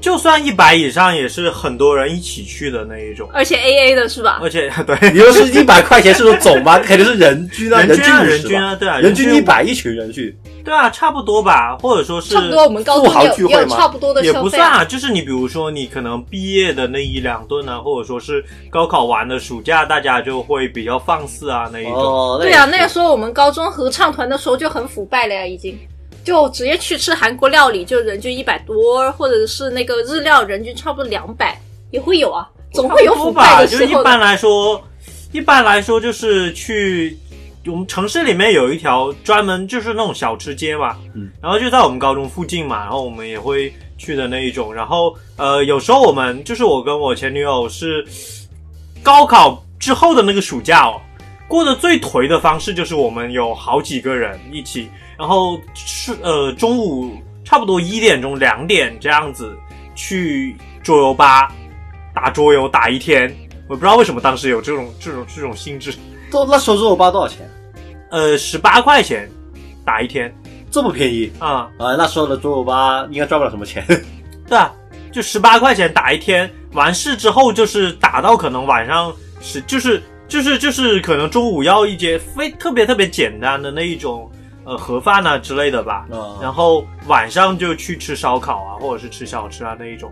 Speaker 5: 就算一百以上也是很多人一起去的那一种，
Speaker 1: 而且 A A 的是吧？
Speaker 5: 而且 对
Speaker 2: 你说 是一百块钱是说总吗？肯定是人均啊，
Speaker 5: 人均啊
Speaker 2: 人
Speaker 5: 人
Speaker 2: 均50
Speaker 5: 均
Speaker 2: 吧
Speaker 5: 啊，对啊，
Speaker 2: 人均一百一群人去，
Speaker 5: 对啊，差不多吧，或者说是
Speaker 1: 差不多，我们高
Speaker 2: 富豪
Speaker 1: 中也
Speaker 2: 聚
Speaker 1: 有
Speaker 2: 会
Speaker 1: 也有
Speaker 2: 嘛
Speaker 1: 差不多的
Speaker 5: 也
Speaker 1: 消
Speaker 5: 不
Speaker 1: 费、
Speaker 5: 算
Speaker 1: 啊。
Speaker 5: 啊，就是你比如说你可能毕业的那一两顿啊，或者说是高考完的暑假，大家就会比较放肆啊那一种。
Speaker 2: 哦，
Speaker 1: 对啊，那个时候我们高中合唱团的时候就很腐败了呀，已经就直接去吃韩国料理，就人均一百多，或者是那个日料人均差不多两百，也会有啊，总会有
Speaker 5: 差
Speaker 1: 腐
Speaker 5: 不多
Speaker 1: 败
Speaker 5: 吧，
Speaker 1: 的
Speaker 5: 就
Speaker 1: 时
Speaker 5: 一
Speaker 1: 候
Speaker 5: 般
Speaker 1: 的。
Speaker 5: 来说，一般来说就是去我们城市里面有一条专门就是那种小吃街嘛，
Speaker 2: 嗯，
Speaker 5: 然后就在我们高中附近嘛，然后我们也会去的那一种。然后呃，有时候我们就是我跟我前女友是高考之后的那个暑假哦，过得最颓的方式就是我们有好几个人一起，然后是呃中午差不多一点钟、两点这样子去桌游吧打桌游打一天。我不知道为什么当时有这种这种这种性质，
Speaker 2: 都那时候肉包多少钱？
Speaker 5: 呃，十八块钱打一天
Speaker 2: 这么便宜
Speaker 5: 啊、
Speaker 2: 啊、那时候的猪肉吧应该赚不了什么 钱。
Speaker 5: 对啊，就十八块钱打一天，完事之后就是打到可能晚上十，就是就是就是可能中午要一节非特别特别简单的那一种呃盒饭啊之类的吧，
Speaker 2: 啊
Speaker 5: 然后晚上就去吃烧烤啊，或者是吃小吃啊那一种。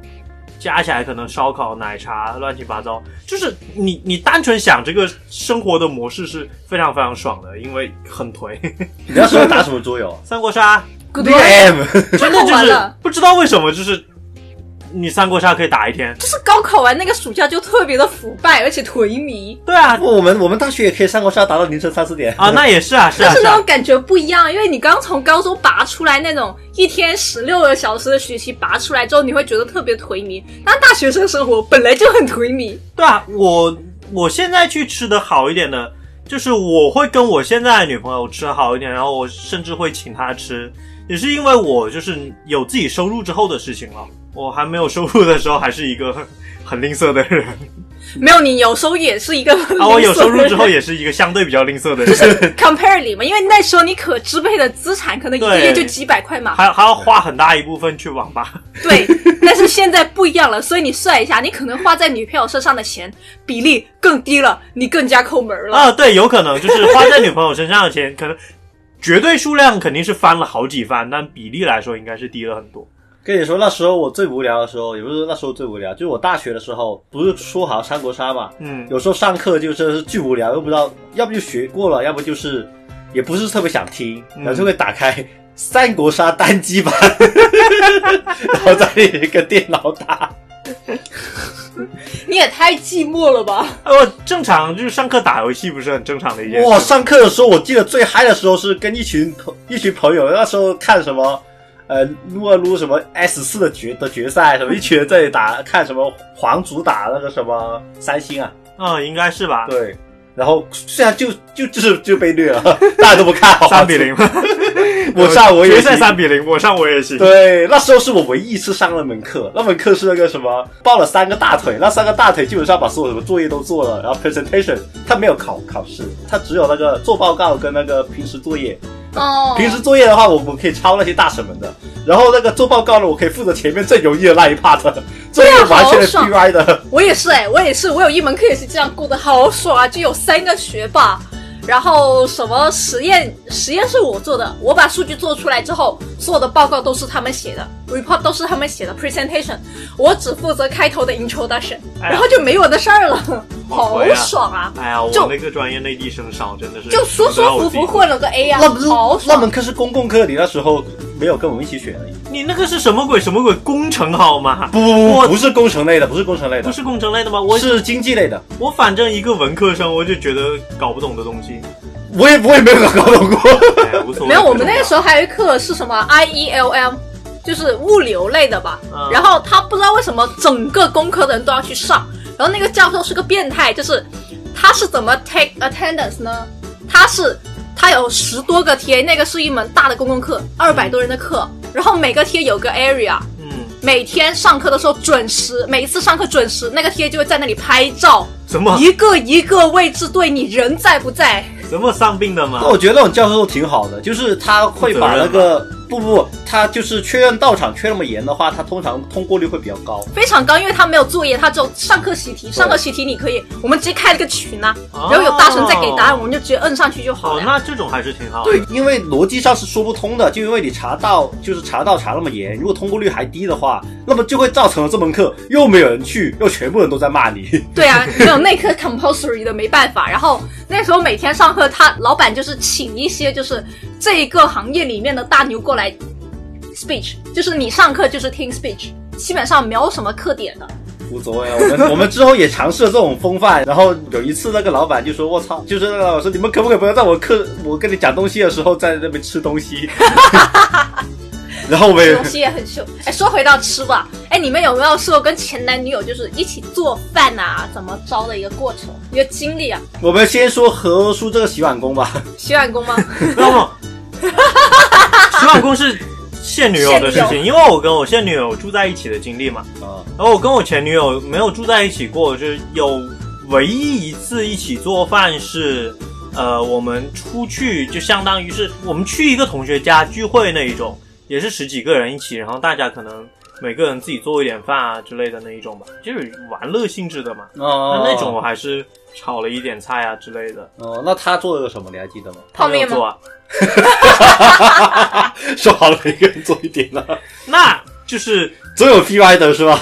Speaker 5: 加起来可能烧烤、奶茶、乱七八糟，就是你你单纯想这个生活的模式是非常非常爽的，因为很颓。
Speaker 2: 你那时候打什么桌 游
Speaker 5: 三国杀
Speaker 1: ，good
Speaker 2: ？DM
Speaker 5: 真的就
Speaker 1: 完
Speaker 5: 是
Speaker 1: 了
Speaker 5: 不知道为什么，就是你三国杀可以打一天。
Speaker 1: 就是高考完那个暑假就特别的腐败，而且颓靡，
Speaker 5: 对啊，
Speaker 2: 我们我们大学也可以三国杀打到凌晨三四点
Speaker 5: 啊，那也是啊，是
Speaker 1: 但
Speaker 5: 啊，
Speaker 1: 是
Speaker 5: 是
Speaker 1: 那
Speaker 5: 啊
Speaker 1: 种，感觉不一样，因为你刚从高中拔出来那种一天十六个小时的学习拔出来之后，你会觉得特别颓靡。但大学生生活本来就很颓靡，
Speaker 5: 对啊，我我现在去吃的好一点的，就是我会跟我现在的女朋友吃好一点，然后我甚至会请她吃，也是因为我就是有自己收入之后的事情了。我还没有收入的时候，还是一个很很吝啬的人
Speaker 1: 没有你有时候也是一个很
Speaker 5: 啊。我有
Speaker 1: 吝啬的
Speaker 5: 收入之后，
Speaker 1: 人
Speaker 5: 也是一个相对比较吝啬的人，
Speaker 1: compare 你嘛，因为那时候你可支配的资产可能一个
Speaker 5: 对
Speaker 1: 月就几百块嘛，
Speaker 5: 还还要花很大一部分去网吧。
Speaker 1: 对。但是现在不一样了，所以你算一下，你可能花在女朋友身上的钱比例更低了，你更加抠门了。
Speaker 5: 啊，对，有可能就是花在女朋友身上的钱，可能绝对数量肯定是翻了好几番，但比例来说应该是低了很多。
Speaker 2: 跟你说，那时候我最无聊的时候，也不是说那时候最无聊，就是我大学的时候，不是说好三国杀嘛，
Speaker 5: 嗯，
Speaker 2: 有时候上课就真的是巨无聊，又不知道，要不就学过了，要不就是也不是特别想听，
Speaker 5: 嗯
Speaker 2: 然后就会打开《三国杀》单机版， 然后在那里跟电脑打。
Speaker 1: 你也太寂寞了吧？
Speaker 5: 哎，我正常就是上课打游戏不是很正常的一件事。
Speaker 2: 哇，上课的时候我记得最嗨的时候是跟一群朋一群朋友，那时候看什么。呃，撸啊撸什么 S 四的决的决赛，什么一群人在那里打，看什么皇族打那个什么三星啊，
Speaker 5: 啊、应该是吧？
Speaker 2: 对，然后虽然就就就是就被虐了， 大家都不看好，
Speaker 5: 三比零，
Speaker 2: 我 上我也
Speaker 5: 决
Speaker 2: 行
Speaker 5: 赛三比零，我上我也行。
Speaker 2: 对，那时候是我唯一一次上那门课，那门课是那个什么，抱了三个大腿，那三个大腿基本上把所有什么作业都做了，然后 presentation 他没有考考试，他只有那个做报告跟那个平时作业。
Speaker 1: 哦，
Speaker 2: 平时作业的话，我们可以抄那些大神们的，然后那个做报告呢，我可以负责前面最容易的那一 part，最后完全
Speaker 1: 好
Speaker 2: 是
Speaker 1: 爽
Speaker 2: B Y 的。
Speaker 1: 我也是哎、我也是，我有一门课也是这样过得好爽啊，就有三个学霸，然后什么实验实验是我做的，我把数据做出来之后，所有的报告都是他们写的，report 都是他们写的，presentation 我只负责开头的 introduction，
Speaker 5: 哎呀
Speaker 1: 然后就没我的事儿了，
Speaker 5: 好
Speaker 1: 好
Speaker 5: 亏啊
Speaker 1: 爽啊！
Speaker 5: 哎呀，我
Speaker 1: 就
Speaker 5: 那个专业内地生少真的是
Speaker 1: 就舒
Speaker 5: 不知道
Speaker 1: 舒
Speaker 5: 我
Speaker 1: 服
Speaker 5: 自己
Speaker 1: 服。混了个 A 呀、
Speaker 2: 那不是
Speaker 1: 好
Speaker 2: 那
Speaker 1: 爽！啊
Speaker 2: 门课是公共课，你那时候没有跟我们一起选而已。
Speaker 5: 你那个是什么鬼？什么鬼工程好吗？
Speaker 2: 不不
Speaker 5: 我
Speaker 2: 不，不是工程类的，不是工程类
Speaker 5: 不
Speaker 2: 的，
Speaker 5: 是工程类的吗？我
Speaker 2: 是经济类的。
Speaker 5: 我反正一个文科生，我就觉得搞不懂的东西，
Speaker 2: 我也我也没有搞懂过。
Speaker 5: 哎呀，无所谓。
Speaker 1: 没有，我们那个时
Speaker 5: 候
Speaker 1: 候还有一课是什么 I E L M，就是物流类的吧。
Speaker 5: 嗯
Speaker 1: 然后他不知道为什么整个工科的人都要去上，然后那个教授是个变态，就是他是怎么 take attendance 呢？他是他有十多个贴，那个是一门大的公共课，二百多人的课，然后每个贴有个 area，
Speaker 5: 嗯，
Speaker 1: 每天上课的时候准时，每一次上课准时，那个贴就会在那里拍照，
Speaker 5: 怎么
Speaker 1: 一个一个位置对你人在不在。
Speaker 5: 怎么丧病的吗
Speaker 2: 那？我觉得那种教授挺好的，就是他会把那个不不，他就是确认到场确认那么严的话，他通常通过率会比较高。
Speaker 1: 非常高，因为他没有作业，他只有上课习题。上课习题你可以，我们直接开了个群呐、
Speaker 5: 哦
Speaker 1: 然后有大神在给答案，我们就直接摁上去就好
Speaker 5: 哦
Speaker 1: 了，呀。
Speaker 5: 那这种还是挺好的。
Speaker 2: 对，因为逻辑上是说不通的，就因为你查到就是查到查那么严，如果通过率还低的话，那么就会造成了这门课又没有人去，又全部人都在骂你。
Speaker 1: 对啊，没有那科 compulsory 的没办法。然后那时候每天上课，他老板就是请一些就是这一个行业里面的大牛过来 speech，就是你上课就是听 speech，基本上没有什么课点的。
Speaker 2: 无所谓了，啊我们 我们之后也尝试了这种风范。然后有一次，那个老板就说：“我操！”就是那个老师，你们可不可以不要在我课我跟你讲东西的时候在那边吃东西？ 然后我们
Speaker 1: 这
Speaker 2: 也
Speaker 1: 东西也很秀。哎，说回到吃吧，哎，你们有没有试过跟前男女友就是一起做饭啊，怎么着的一个过程，一个经历啊？
Speaker 2: 我们先说何叔这个洗碗工吧。
Speaker 1: 洗碗工吗？
Speaker 5: 不要 弄，洗碗工是现女友的事
Speaker 1: 现
Speaker 5: 情，因为我跟我现女友住在一起的经历嘛，
Speaker 2: 啊，
Speaker 5: 然后我跟我前女友没有住在一起过，就是有唯一一次一起做饭是，呃，我们出去就相当于是呃我们去一个同学家聚会那一种，也是十几个人一起，然后大家可能每个人自己做一点饭啊之类的那一种吧，就是玩乐性质的嘛。
Speaker 2: 哦
Speaker 5: 那那种我还是炒了一点菜啊之类的。
Speaker 2: 哦，那他做了个什么？你还记得吗？
Speaker 1: 泡
Speaker 5: 没有
Speaker 1: 面吗
Speaker 5: 做啊，
Speaker 2: 说好了每个人做一点啊了，
Speaker 5: 那就是
Speaker 2: 总有 PY 的是吧？。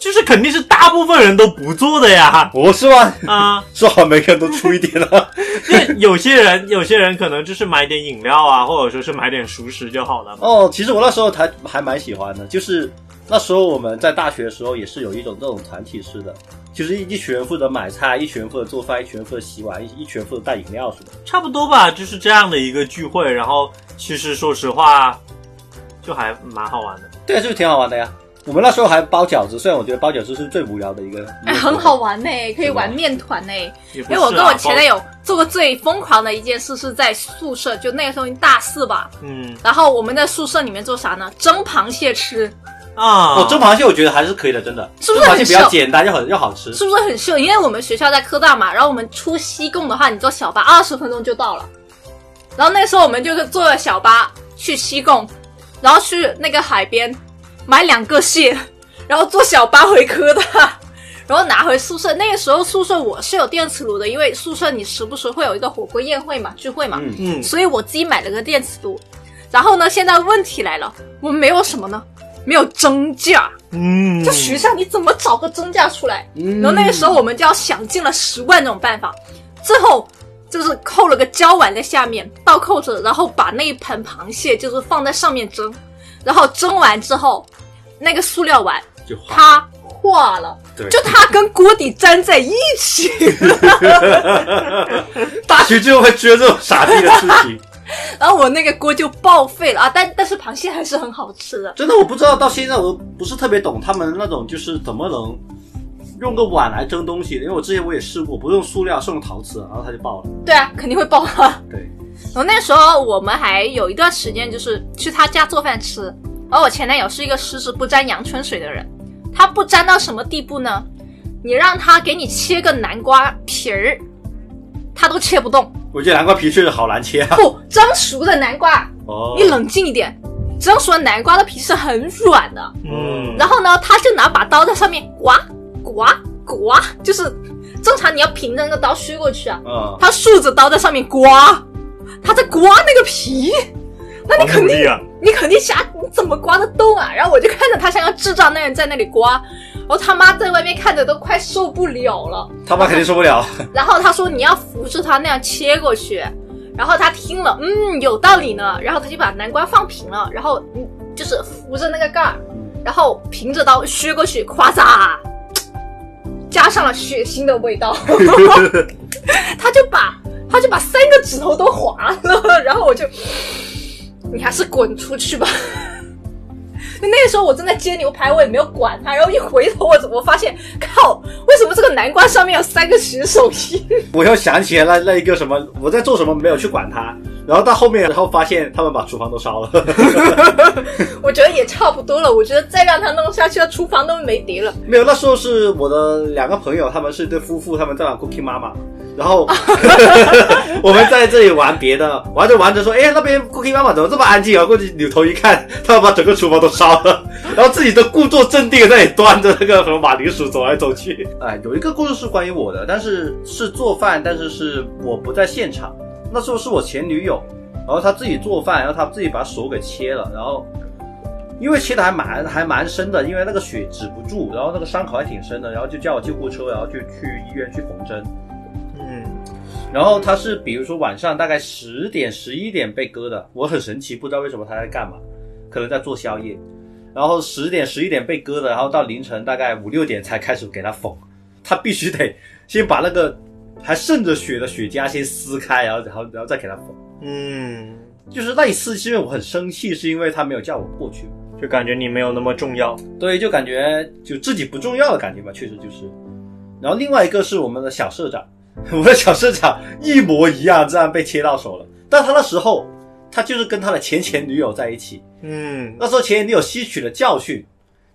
Speaker 5: 就是肯定是大部分人都不做的呀
Speaker 2: 我是吗？
Speaker 5: 啊，
Speaker 2: 说好每个人都出一点啊 了。
Speaker 5: 因为有些人，有些人可能就是买点饮料啊，或者说是买点熟食就好了嘛。
Speaker 2: 哦，其实我那时候还还蛮喜欢的，就是那时候我们在大学的时候也是有一种这种团体式的，就是一一群人负责买菜，一群人负责做饭，一群人负责洗碗，一一群人负责带饮料什么的。
Speaker 5: 差不多吧，就是这样的一个聚会。然后其实说实话，就还蛮好玩的。
Speaker 2: 对啊，就是挺好玩的呀。我们那时候还包饺子，虽然我觉得包饺子是最无聊的一个，
Speaker 1: 哎，很好玩呢、可以玩面团呢、
Speaker 5: 也不
Speaker 1: 因
Speaker 5: 是
Speaker 1: 为
Speaker 5: 啊
Speaker 1: 我跟我前男，
Speaker 5: 包
Speaker 1: 友做过最疯狂的一件事是在宿舍，就那个时候大四吧，
Speaker 5: 嗯
Speaker 1: 然后我们在宿舍里面做啥呢？蒸螃蟹吃，
Speaker 5: 啊，
Speaker 2: 哦，蒸螃蟹我觉得还是可以的，真的，
Speaker 1: 是不
Speaker 2: 蒸
Speaker 1: 是
Speaker 2: 螃
Speaker 1: 很
Speaker 2: 蟹比
Speaker 1: 秀？
Speaker 2: 较简单又很又好吃。
Speaker 1: 是不是很秀？因为我们学校在科大嘛，然后我们出西贡的话，你坐小巴二十分钟就到了。然后那时候我们就是坐了小巴去西贡，然后去那个海边买两个蟹，然后坐小巴回科大，然后拿回宿舍。那个时候宿舍我是有电磁炉的，因为宿舍你时不时会有一个火锅宴会嘛，聚会嘛，
Speaker 2: 嗯
Speaker 5: 嗯，
Speaker 1: 所以我自己买了个电磁炉。然后呢，现在问题来了，我们没有什么呢？没有蒸架，
Speaker 5: 嗯，
Speaker 1: 就学校你怎么找个蒸架出来？
Speaker 2: 嗯
Speaker 1: 然后那个时候我们就要想尽了十万种办法，最后就是扣了个胶碗在下面倒扣着，然后把那一盆螃蟹就是放在上面蒸，然后蒸完之后，那个塑料碗
Speaker 2: 就花
Speaker 1: 它化了，
Speaker 2: 对
Speaker 1: 就它跟锅底粘在一起。
Speaker 2: 大学居然会出现这种傻逼的事情，
Speaker 1: 然后我那个锅就报废了啊！但但是螃蟹还是很好吃的。
Speaker 2: 真的我不知道，到现在我都不是特别懂他们那种就是怎么能用个碗来蒸东西，因为我之前我也试过，不用塑料，是用陶瓷，然后它就爆了。
Speaker 1: 对啊，肯定会爆啊。
Speaker 2: 对，
Speaker 1: 然后那时候我们还有一段时间就是去他家做饭吃，而我前男友是一个十指不沾阳春水的人，他不沾到什么地步呢？你让他给你切个南瓜皮儿，他都切不动。
Speaker 2: 我觉得南瓜皮确实好难切啊。
Speaker 1: 不，蒸熟的南瓜，
Speaker 2: 哦
Speaker 1: 你，冷静一点，蒸熟的南瓜的皮是很软的。
Speaker 5: 嗯，
Speaker 1: 然后呢，他就拿把刀在上面刮刮刮，就是正常你要平着那个刀削过去啊，
Speaker 2: 嗯，
Speaker 1: 他竖着刀在上面刮，他在刮那个皮。那你
Speaker 5: 好
Speaker 1: 肯
Speaker 5: 努
Speaker 1: 定
Speaker 5: 力啊，
Speaker 1: 你肯定瞎，你怎么刮得动啊？然后我就看着他像个智障那样在那里刮，然后他妈在外面看着都快受不了了。
Speaker 2: 他妈肯定受不了。
Speaker 1: 然后他说你要扶着他那样切过去，然后他听了，嗯，有道理呢。然后他就把南瓜放平了，然后嗯，就是扶着那个盖儿，然后平着刀削过去，夸嚓，加上了血腥的味道，他就把他就把三个指头都划了，然后我就，你还是滚出去吧。那个时候我正在煎牛排，我也没有管他，然后一回头我我发现，靠，为什么这个南瓜上面有三个血手印？
Speaker 2: 我又想起来那那一个什么，我在做什么没有去管它，然后到后面然后发现他们把厨房都烧了。
Speaker 1: 我觉得也差不多了，我觉得再让他弄下去，他厨房都没底了。
Speaker 2: 没有，那时候是我的两个朋友，他们是一对夫妇，他们在玩 Cookie 妈妈，然后 我们在这里玩别的，玩着玩着说，哎，那边 Cookie 妈妈怎么这么安静啊？然后过去扭头一看，他们把整个厨房都烧了， 然后自己都故作镇定地在那里端着那个什么马铃薯走来走去。哎，有一个故事是关于我的，但是是做饭，但是是我不在现场，那时候是我前女友，然后她自己做饭，然后她自己把手给切了，然后因为切的还蛮还蛮深的，因为那个血止不住，然后那个伤口还挺深的，然后就叫我救护车，然后就去医院去缝针。
Speaker 5: 嗯，
Speaker 2: 然后他是比如说晚上大概十点十一点被割的，我很神奇，不知道为什么他在干嘛，可能在做宵夜。然后十点十一点被割的，然后到凌晨大概五六点才开始给他缝，他必须得先把那个还渗着血的血痂先撕开，然后然后然后再给他缝。
Speaker 5: 嗯，
Speaker 2: 就是那一次是因为我很生气，是因为他没有叫我过去。
Speaker 5: 就感觉你没有那么重要。
Speaker 2: 对，就感觉就自己不重要的感觉吧，确实就是。然后另外一个是我们的小社长， 我的小社长一模一样，这样被切到手了。但他那时候，他就是跟他的前前女友在一起，
Speaker 5: 嗯，
Speaker 2: 那时候前前女友吸取了教训，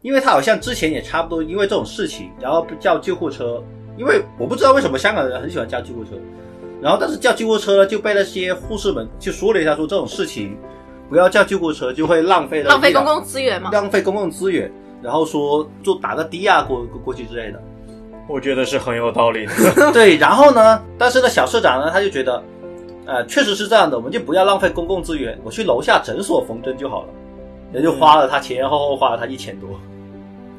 Speaker 2: 因为他好像之前也差不多因为这种事情，然后叫救护车，因因为我不知道为什么香港人很喜欢叫救护车，然后但是叫救护车呢就被那些护士们就说了一下，说这种事情不要叫救护车，就会浪费了
Speaker 1: 浪费
Speaker 2: 医疗
Speaker 1: 公共资源嘛。
Speaker 2: 浪费公共资源，然后说就打个的啊过过去之类的。
Speaker 5: 我觉得是很有道理的。
Speaker 2: 对，然后呢，但是呢，小社长呢他就觉得，呃，确实是这样的，我们就不要浪费公共资源，我去楼下诊所缝针就好了，也就花了他前前后后花了他一千多，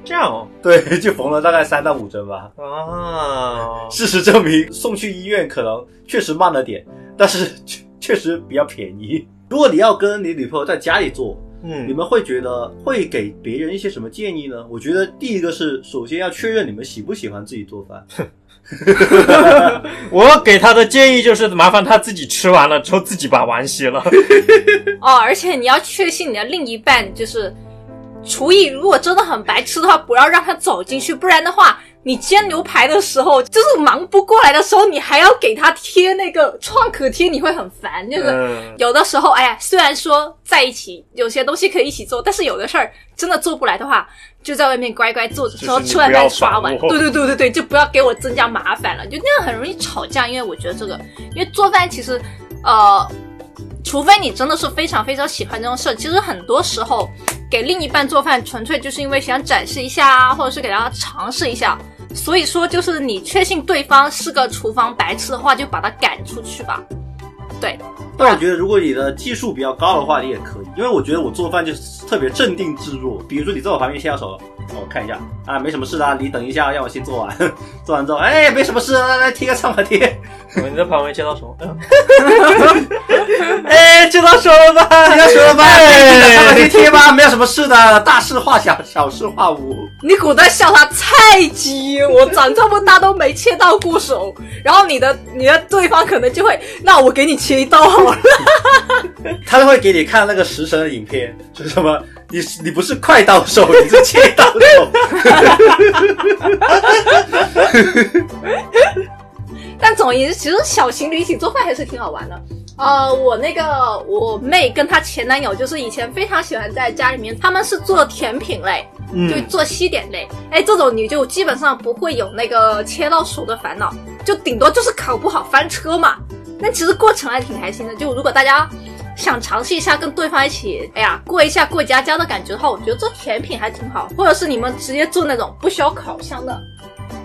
Speaker 5: 这样哦
Speaker 2: 对，就缝了大概三到五针吧。
Speaker 5: 啊，
Speaker 2: 事实证明，送去医院可能确实慢了点，但是确确实比较便宜。如果你要跟你女朋友在家里做，你
Speaker 5: 嗯，
Speaker 2: 们会觉得会给别人一些什么建议呢？我觉得第一个是，首先要确认你们喜不喜欢自己做饭。
Speaker 5: 我给他的建议就是麻烦他自己吃完了之后自己把碗洗了。
Speaker 1: 哦，而且你要确信你的另一半就是厨艺，如果真的很白痴的话，不要让他走进去，不然的话，你煎牛排的时候就是忙不过来的时候，你还要给他贴那个创可贴，你会很烦。就是、
Speaker 5: 嗯，
Speaker 1: 有的时候，哎呀，虽然说在一起有些东西可以一起做，但是有的事儿真的做不来的话，就在外面乖乖坐着，
Speaker 5: 就是
Speaker 1: 然后
Speaker 5: 你
Speaker 1: 吃完
Speaker 5: 不要
Speaker 1: 饭刷
Speaker 5: 烦
Speaker 1: 碗。
Speaker 5: 我
Speaker 1: 对对对对对，就不要给我增加麻烦了，就那样很容易吵架。因为我觉得这个，因为做饭其实，呃，除非你真的是非常非常喜欢这种事儿，其实很多时候给另一半做饭，纯粹就是因为想展示一下啊，或者是给他尝试一下。所以说，就是你确信对方是个厨房白痴的话，就把他赶出去吧。
Speaker 2: 但我觉得，如果你的技术比较高的话，你也可以，因为我觉得我做饭就是特别镇定自若。比如说你在我旁边下手，我看一下啊，没什么事啦，你等一下，让我先做完，做完之后，哎，没什么事，来来贴个创可贴，
Speaker 5: 你在旁边接到 什么？哎，接到什么吧？
Speaker 2: 你要说了吧，贴创可贴贴吧，没有什么事的，大事化小，小事化无。
Speaker 1: 你古代笑他菜鸡，我长这么大都没切到过手。然后你的你的对方可能就会，那我给你切一刀好了。
Speaker 2: 他都会给你看那个食神的影片，说什么你你不是快刀手，你是切刀手。
Speaker 1: 但总而言之，其实小情侣一起做饭还是挺好玩的。呃，我那个我妹跟她前男友，就是以前非常喜欢在家里面，他们是做甜品类，就
Speaker 5: 嗯，
Speaker 1: 做西点类。哎、这种你就基本上不会有那个切到手的烦恼，就顶多就是烤不好翻车嘛。那其实过程还挺开心的。就如果大家想尝试一下跟对方一起，哎呀，过一下过家家的感觉的话，我觉得做甜品还挺好，或者是你们直接做那种不需要烤箱的，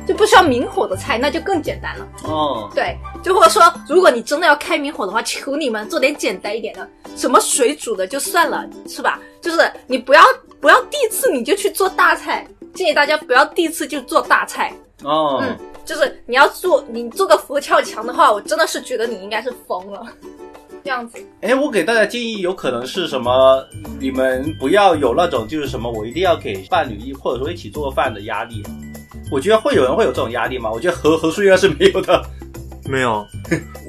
Speaker 1: 就不需要明火的菜，那就更简单了。
Speaker 2: 哦，
Speaker 1: 对，就或者说，如果你真的要开明火的话，求你们做点简单一点的，什么水煮的就算了，是吧？就是你不要不要第一次你就去做大菜，建议大家不要第一次就做大菜。
Speaker 2: 哦，
Speaker 1: 嗯，就是你要做你做个佛跳墙的话，我真的是觉得你应该是疯了，这样子。
Speaker 2: 哎，我给大家建议，有可能是什么？你们不要有那种就是什么，我一定要给伴侣一或者说一起做饭的压力。我觉得会有人会有这种压力吗？我觉得何何书应该是没有的。
Speaker 5: 没有。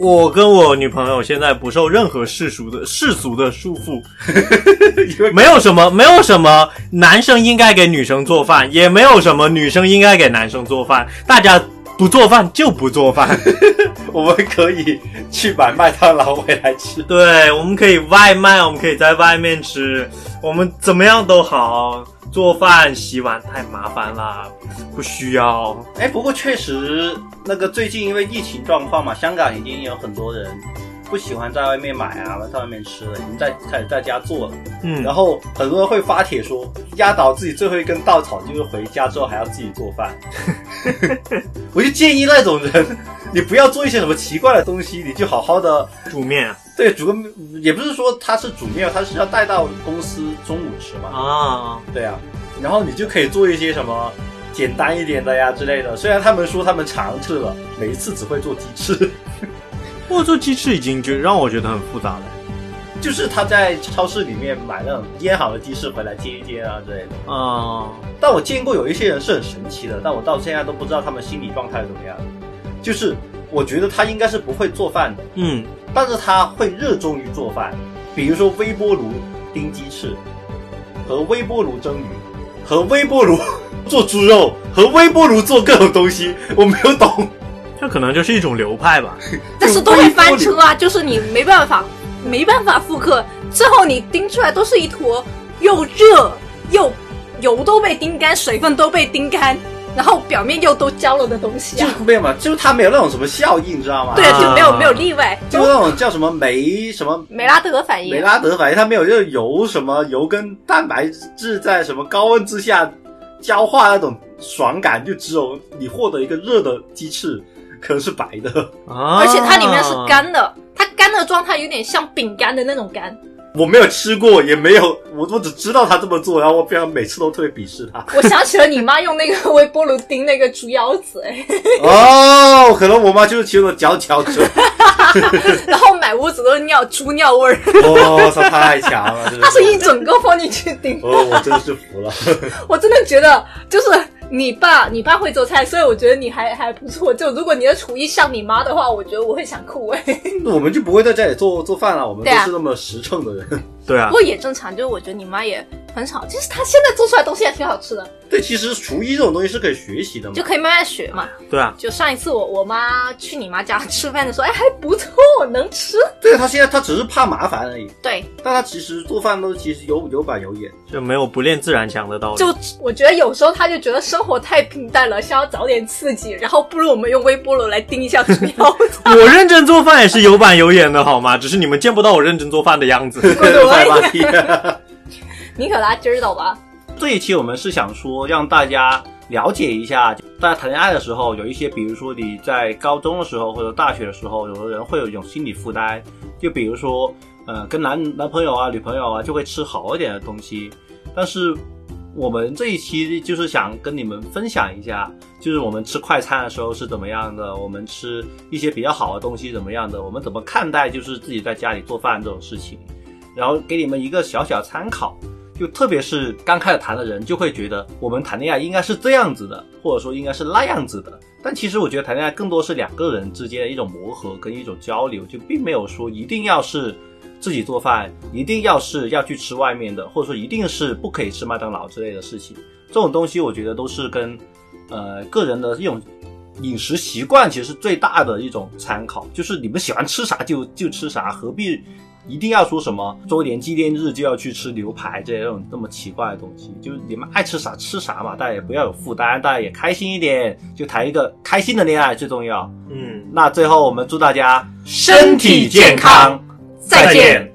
Speaker 5: 我跟我女朋友现在不受任何世俗的世俗的束缚，没有什么，没有什么男生应该给女生做饭，也没有什么女生应该给男生做饭，大家不做饭就不做饭。
Speaker 2: 我们可以去买麦当劳回来吃。
Speaker 5: 对，我们可以外卖，我们可以在外面吃，我们怎么样都好。做饭、洗碗太麻烦了，不需要。
Speaker 2: 哎，不过确实，那个最近因为疫情状况嘛，香港已经有很多人不喜欢在外面买啊，在外面吃了，已经在开始在家做了。
Speaker 5: 嗯，
Speaker 2: 然后很多人会发帖说，压倒自己最后一根稻草就是回家之后还要自己做饭。 我就建议那种人，你不要做一些什么奇怪的东西，你就好好的
Speaker 5: 煮面
Speaker 2: 对煮个，也不是说他是煮面，他是要带到公司中午吃嘛，
Speaker 5: 啊，
Speaker 2: 对啊，然后你就可以做一些什么。简单一点的呀之类的，虽然他们说他们尝试了，每一次只会做鸡翅，
Speaker 5: 我做鸡翅已经觉让我觉得很复杂了。
Speaker 2: 就是他在超市里面买那种腌好的鸡翅回来煎一煎啊之类的。
Speaker 5: 啊，
Speaker 2: 但我见过有一些人是很神奇的，但我到现在都不知道他们心理状态是怎么样的。就是我觉得他应该是不会做饭的，
Speaker 5: 嗯，
Speaker 2: 但是他会热衷于做饭，比如说微波炉叮鸡翅，和微波炉蒸鱼，和微波炉 做猪肉，和微波炉做各种东西。我没有懂，
Speaker 5: 这可能就是一种流派吧。
Speaker 1: 但是都会翻车啊，就是你没办法，没办法复刻，最后你叮出来都是一坨又热又油都被叮干，水分都被叮干，然后表面又都交了的东西
Speaker 3: 就
Speaker 1: 啊，
Speaker 3: 没有嘛，就是它没有那种什么效应，你知道吗？
Speaker 1: 对，就没有没有例外，
Speaker 3: 就是那种叫什么酶什么
Speaker 1: 梅拉德反
Speaker 3: 美
Speaker 1: 应。
Speaker 3: 拉德反应，它没有就是油什么油跟蛋白质在什么高温之下交化那种爽感，就只有你获得一个热的鸡翅可能是白的。
Speaker 5: 啊
Speaker 1: 而且它里面是，干的，它干的状态有点像饼干的那种干。
Speaker 3: 我没有吃过，也没有，我我只知道他这么做，然后我非常每次都特别鄙视 他。
Speaker 1: 我想起了你妈用那个微波炉叮那个猪腰子， 哎，
Speaker 3: 哦，可能我妈就是其中的佼佼者。
Speaker 1: 然后满屋子都是尿猪尿味儿，
Speaker 3: 我操，哦太强了！真的
Speaker 1: 它是一整个放进去叮。
Speaker 3: 哦，我真的是服了。
Speaker 1: 我真的觉得，就是你爸，你爸会做菜，所以我觉得你还还不错。就如果你的厨艺像你妈的话，我觉得我会想哭哎。
Speaker 3: 我们就不会在家里做做饭了，我们都
Speaker 1: 对啊
Speaker 3: 是那么实诚的人。
Speaker 5: 对啊
Speaker 1: 不，过也正常，就是我觉得你妈也很少，就是她现在做出来的东西也挺好吃的，
Speaker 3: 对，其实厨艺这种东西是可以学习的嘛
Speaker 1: 就。可以慢慢学嘛。
Speaker 5: 对啊，
Speaker 1: 就上一次我我妈去你妈家吃饭的时候，哎，还不错，能吃。
Speaker 3: 对他现在他只是怕麻烦而已，
Speaker 1: 对，
Speaker 3: 但他其实做饭都其实有有板有眼。
Speaker 5: 就没有不练自然强的道理。。
Speaker 1: 就我觉得有时候她就觉得生活太平淡了，想要找点刺激，然后不如我们用微波炉来叮一下猪腰 子
Speaker 5: 我认真做饭也是有板有眼的好吗？只是你们见不到我认真做饭的样子。
Speaker 1: 滚 犊
Speaker 3: 拜
Speaker 1: 子！
Speaker 3: 把天，
Speaker 1: 尼可拉知道吧？
Speaker 2: 这一期我们是想说让大家了解一下，大家谈恋爱的时候有一些，比如说你在高中的时候或者大学的时候，有的人会有一种心理负担，就比如说呃跟男男朋友啊、女朋友啊就会吃好一点的东西，但是我们这一期就是想跟你们分享一下，就是我们吃快餐的时候是怎么样的，我们吃一些比较好的东西怎么样的，我们怎么看待就是自己在家里做饭这种事情，然后给你们一个小小参考。就特别是刚开始谈的人，就会觉得我们谈恋爱应该是这样子的，或者说应该是那样子的。但其实我觉得谈恋爱更多是两个人之间的一种磨合跟一种交流，就并没有说一定要是自己做饭，一定要是要去吃外面的，或者说一定是不可以吃麦当劳之类的事情。这种东西我觉得都是跟呃个人的一种饮食习惯其实是最大的一种参考，就是你们喜欢吃啥就就吃啥，何必一定要说什么周年纪念日就要去吃牛排这种这么奇怪的东西？就是你们爱吃啥吃啥嘛，大家也不要有负担，大家也开心一点，就谈一个开心的恋爱最重要。
Speaker 5: 嗯，
Speaker 2: 那最后我们祝大家
Speaker 5: 身体健康，
Speaker 2: 再见。
Speaker 5: 再见